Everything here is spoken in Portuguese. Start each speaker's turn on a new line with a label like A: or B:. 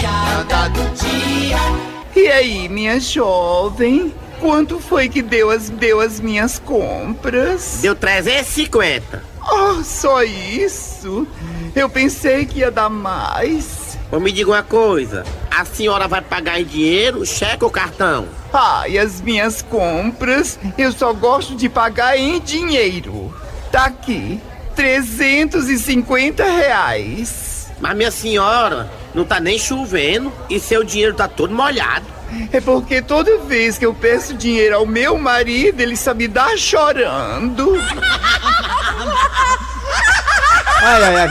A: piada do dia.
B: E aí, minha jovem? Quanto foi que deu as, deu as minhas compras?
C: Deu 350.
B: Oh, só isso? Eu pensei que ia dar mais.
C: Mas me diga uma coisa: a senhora vai pagar em dinheiro, cheque ou cartão?
B: Ah, e as minhas compras eu só gosto de pagar em dinheiro. Tá aqui, 350 reais.
C: Mas minha senhora, não tá nem chovendo e seu dinheiro tá todo molhado.
B: É porque toda vez que eu peço dinheiro ao meu marido, ele sabe dar chorando.
D: Ai, ai, ai.